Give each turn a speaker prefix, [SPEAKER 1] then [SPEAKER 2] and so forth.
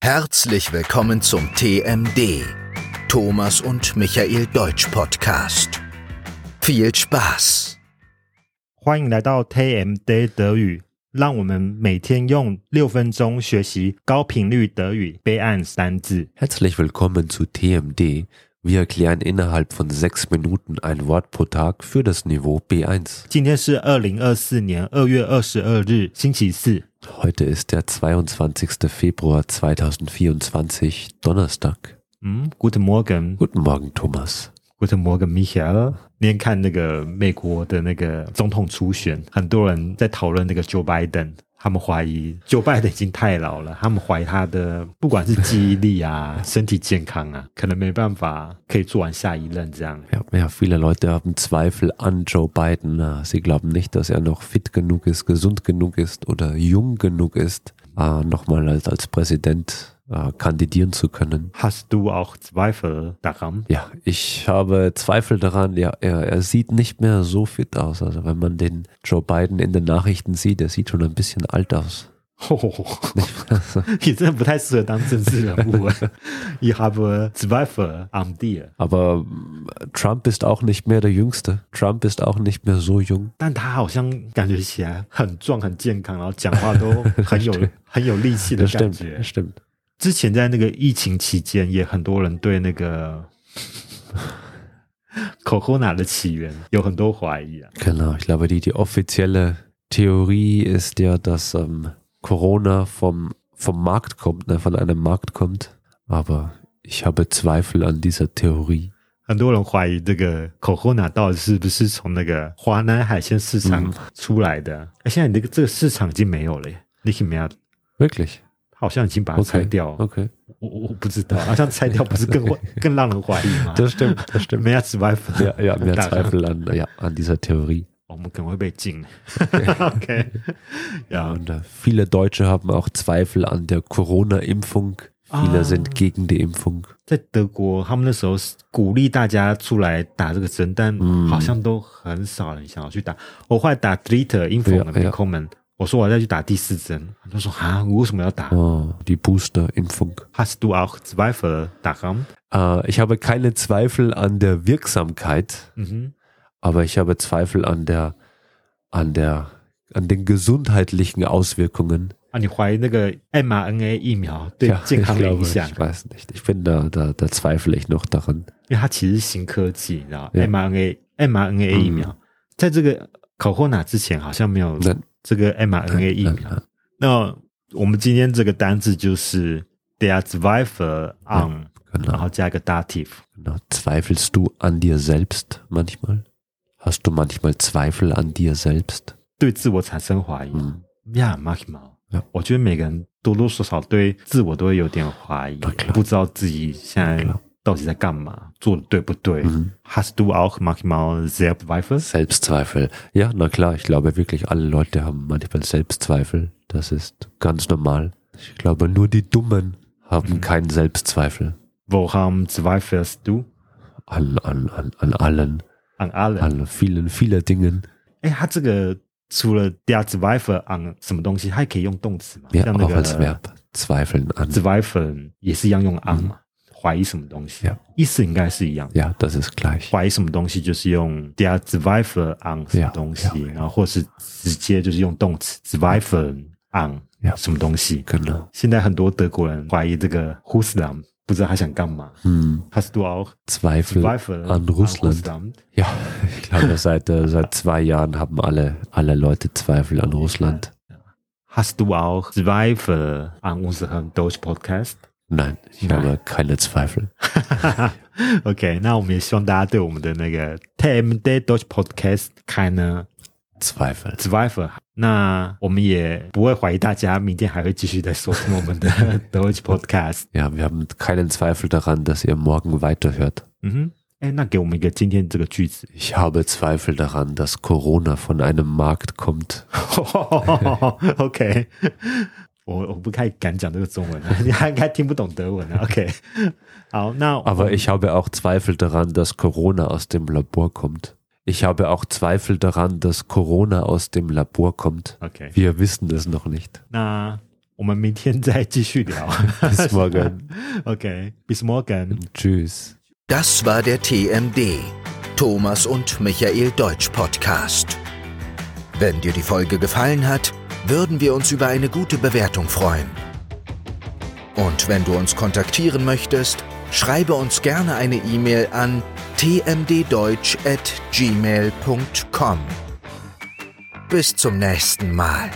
[SPEAKER 1] Herzlich willkommen zum TMD, Thomas und Michael Deutsch Podcast. Viel Spaß!
[SPEAKER 2] 欢迎来到 TMD 德语，让我们每天用六分钟学习高频率德语备案单字。
[SPEAKER 3] Herzlich willkommen zu TMD. Wir erklären innerhalb von sechs Minuten ein Wort pro Tag für das Niveau B1.
[SPEAKER 2] 今天是二零二四年二月二十二日，星期四。
[SPEAKER 3] Heute ist der 22. Februar 2024, Donnerstag.
[SPEAKER 2] 嗯，Good morning，
[SPEAKER 3] Guten Morgen, Thomas.
[SPEAKER 2] Good morning, Michael。那天看那个美国的那个总统初选，很多人在讨论那个 Joe Biden。他们怀疑 Joe Biden 已经太老了，他们怀疑他的不管是记忆力啊、身体健康啊，可能没办法可以做完下一任这样。
[SPEAKER 3] Ja, ja, viele Leute haben Zweifel an Joe Biden. Na, Sie glauben nicht, dass er noch fit genug ist, gesund genug ist oder jung genug ist, äh, nochmal als, als Präsident äh, kandidieren zu können.
[SPEAKER 2] Hast du auch Zweifel daran?
[SPEAKER 3] Ja, ich habe Zweifel daran, ja, er, er sieht nicht mehr so fit aus. Also wenn man den Joe Biden in den Nachrichten sieht, er sieht schon ein bisschen alt aus.
[SPEAKER 2] 你真的不太适合当政治人物。You have Zweifel am dir，
[SPEAKER 3] Aber mm, Trump ist auch nicht mehr der Jüngste. Trump ist auch nicht mehr so jung.
[SPEAKER 2] 但他好像感觉起来很壮、很健康，然后讲话都很有很有力气的
[SPEAKER 3] Das
[SPEAKER 2] 感
[SPEAKER 3] stimmt,
[SPEAKER 2] 觉
[SPEAKER 3] das。stimmt.
[SPEAKER 2] 之前在那个疫情期间，也很多人对那个 Corona 的起源有很多怀疑啊。
[SPEAKER 3] Genau, ich glaube, die, die offizielle Theorie ist ja, dass ähm, Corona vom, vom Markt kommt, ne, von einem Markt kommt. Aber ich habe Zweifel an dieser Theorie.
[SPEAKER 2] 很多人怀疑这个 Corona 到底是不是从那个华南海鲜市
[SPEAKER 3] 嗯
[SPEAKER 2] 场出来的？哎、现在你这个这个市场已经没有了耶，你可没有，
[SPEAKER 3] Wirklich?
[SPEAKER 2] 好像已经把它拆掉了。
[SPEAKER 3] Okay.
[SPEAKER 2] 我我我不知道，好像拆掉不是更 更让人怀疑吗？
[SPEAKER 3] Das stimmt, das stimmt.
[SPEAKER 2] 没有 survive，
[SPEAKER 3] Ja, ja, mehr
[SPEAKER 2] 大概
[SPEAKER 3] Zweifel an, ja, an dieser Theorie.
[SPEAKER 2] 我们可能会被禁。OK，
[SPEAKER 3] Ja,
[SPEAKER 2] 呀，
[SPEAKER 3] Und äh, viele Deutsche haben auch Zweifel an der Corona-Impfung. Viele
[SPEAKER 2] Ah.
[SPEAKER 3] sind gegen die Impfung.
[SPEAKER 2] 在德国，他们那时候是鼓励大家出来打这个针，但
[SPEAKER 3] 嗯
[SPEAKER 2] 好像都很少人想要去打。我后来打 Twitter info
[SPEAKER 3] 对
[SPEAKER 2] 的
[SPEAKER 3] 啊
[SPEAKER 2] v
[SPEAKER 3] 对
[SPEAKER 2] e
[SPEAKER 3] 啊
[SPEAKER 2] c o m m e n 我说我要再去打第四针，他说啊，我为什么要打？
[SPEAKER 3] Oh, die Booster-Impfung.
[SPEAKER 2] Hast du auch Zweifel daran?
[SPEAKER 3] Äh, ich habe keine Zweifel an der Wirksamkeit,
[SPEAKER 2] Mhm.
[SPEAKER 3] aber ich habe Zweifel an der, an der, an den gesundheitlichen Auswirkungen.
[SPEAKER 2] 啊，你怀疑那个 mRNA 疫苗对
[SPEAKER 3] Tja,
[SPEAKER 2] 健
[SPEAKER 3] ich
[SPEAKER 2] 康的影
[SPEAKER 3] glaube,
[SPEAKER 2] 响？
[SPEAKER 3] ich weiß nicht. Ich bin da, da, da zweifle ich noch daran.
[SPEAKER 2] 因为它其实是新科技，你知道
[SPEAKER 3] Yeah.
[SPEAKER 2] mRNA mRNA 疫苗，在这个 Corona 之前好像没有
[SPEAKER 3] Nein.
[SPEAKER 2] 这个 mRNA 疫
[SPEAKER 3] Äh,
[SPEAKER 2] 苗。那我们今天这个单字就是 der Zweifel on，、然
[SPEAKER 3] Genau,
[SPEAKER 2] 后加一个 dativ。
[SPEAKER 3] genau. Zweifelst du an dir selbst manchmal? Hast du manchmal Zweifel an dir selbst?
[SPEAKER 2] 对自我产生怀疑
[SPEAKER 3] Hm.
[SPEAKER 2] Yeah, m a k i m a
[SPEAKER 3] Yeah.
[SPEAKER 2] 我觉得每个人多多少少对自我都会有点怀疑
[SPEAKER 3] Okay.，
[SPEAKER 2] 不知道自己现在
[SPEAKER 3] Okay.
[SPEAKER 2] 到底在干嘛，做的对不对。
[SPEAKER 3] Mhm.
[SPEAKER 2] Hast du auch manchmal sehr Zweifel?
[SPEAKER 3] Selbstzweifel. Ja, na klar, ich glaube wirklich, alle Leute haben manchmal Selbstzweifel. Das ist ganz normal. Ich glaube, nur die Dummen haben keinen Selbstzweifel.
[SPEAKER 2] Woran zweifelst du?
[SPEAKER 3] An, an, an, an allen,
[SPEAKER 2] An allen？
[SPEAKER 3] an vielen, vielen Dingen.
[SPEAKER 2] 哎，它这个除了 der Zweifel an 什么东西，它还可以用动词嘛？
[SPEAKER 3] Ja,
[SPEAKER 2] 像那
[SPEAKER 3] auch als
[SPEAKER 2] 个
[SPEAKER 3] Verb. Zweifeln an.
[SPEAKER 2] Zweifel 也是一样用 an 嘛？怀疑什么东西
[SPEAKER 3] Yeah.？
[SPEAKER 2] 意思应该是一样。
[SPEAKER 3] Ja, das ist gleich.
[SPEAKER 2] 怀疑什么东西就是用 der Zweifel an 什么东西
[SPEAKER 3] Yeah, yeah, yeah.
[SPEAKER 2] 然后或是直接就是用动词 Zweifel an
[SPEAKER 3] Yeah.
[SPEAKER 2] 什么东西。
[SPEAKER 3] Genau.
[SPEAKER 2] 现在很多德国人怀疑这个 h u s l a m 不知道他想干嘛。
[SPEAKER 3] Hm.
[SPEAKER 2] Hast du auch
[SPEAKER 3] Zweifel,
[SPEAKER 2] Zweifel
[SPEAKER 3] an Russland. Ja, ich glaube, seit, äh, seit zwei Jahren haben alle, alle Leute Zweifel an Russland.
[SPEAKER 2] Hast du auch Zweifel an unserem Deutsch Podcast?
[SPEAKER 3] Nein, ich
[SPEAKER 2] Nein.
[SPEAKER 3] habe keine Zweifel.
[SPEAKER 2] OK，那我们也希望大家对我们的那个 TMD Deutsch Podcast 开呢
[SPEAKER 3] Zweifel.
[SPEAKER 2] Survivor。那我们也不会怀疑大家，明天还会继续在收听我们的 Deutsch Podcast。
[SPEAKER 3] Ja, wir haben keinen Zweifel daran, dass ihr morgen weiterhört.
[SPEAKER 2] 嗯哼，哎，那给我们一个今天这个句 子。
[SPEAKER 3] Ich habe Zweifel daran, dass Corona von einem Markt kommt.
[SPEAKER 2] OK，我我不太敢讲这个中文、啊， 你还应该听不懂德文啊。OK，好，那
[SPEAKER 3] Aber ich habe auch Zweifel daran, dass Corona aus dem Labor kommt. Ich habe auch Zweifel daran, dass Corona aus dem Labor kommt.
[SPEAKER 2] OK，
[SPEAKER 3] Wir wissen es noch nicht.
[SPEAKER 2] 那我们明天再继续聊。
[SPEAKER 3] Bis morgen.
[SPEAKER 2] Okay, bis morgen.
[SPEAKER 3] Tschüss.
[SPEAKER 1] Das war der TMD, Thomas und Michael Deutsch Podcast. Wenn dir die Folge gefallen hat, würden wir uns über eine gute Bewertung freuen. Und wenn du uns kontaktieren möchtest, schreibe uns gerne eine E-Mail an tmddeutsch.gmail.com. Bis zum nächsten Mal.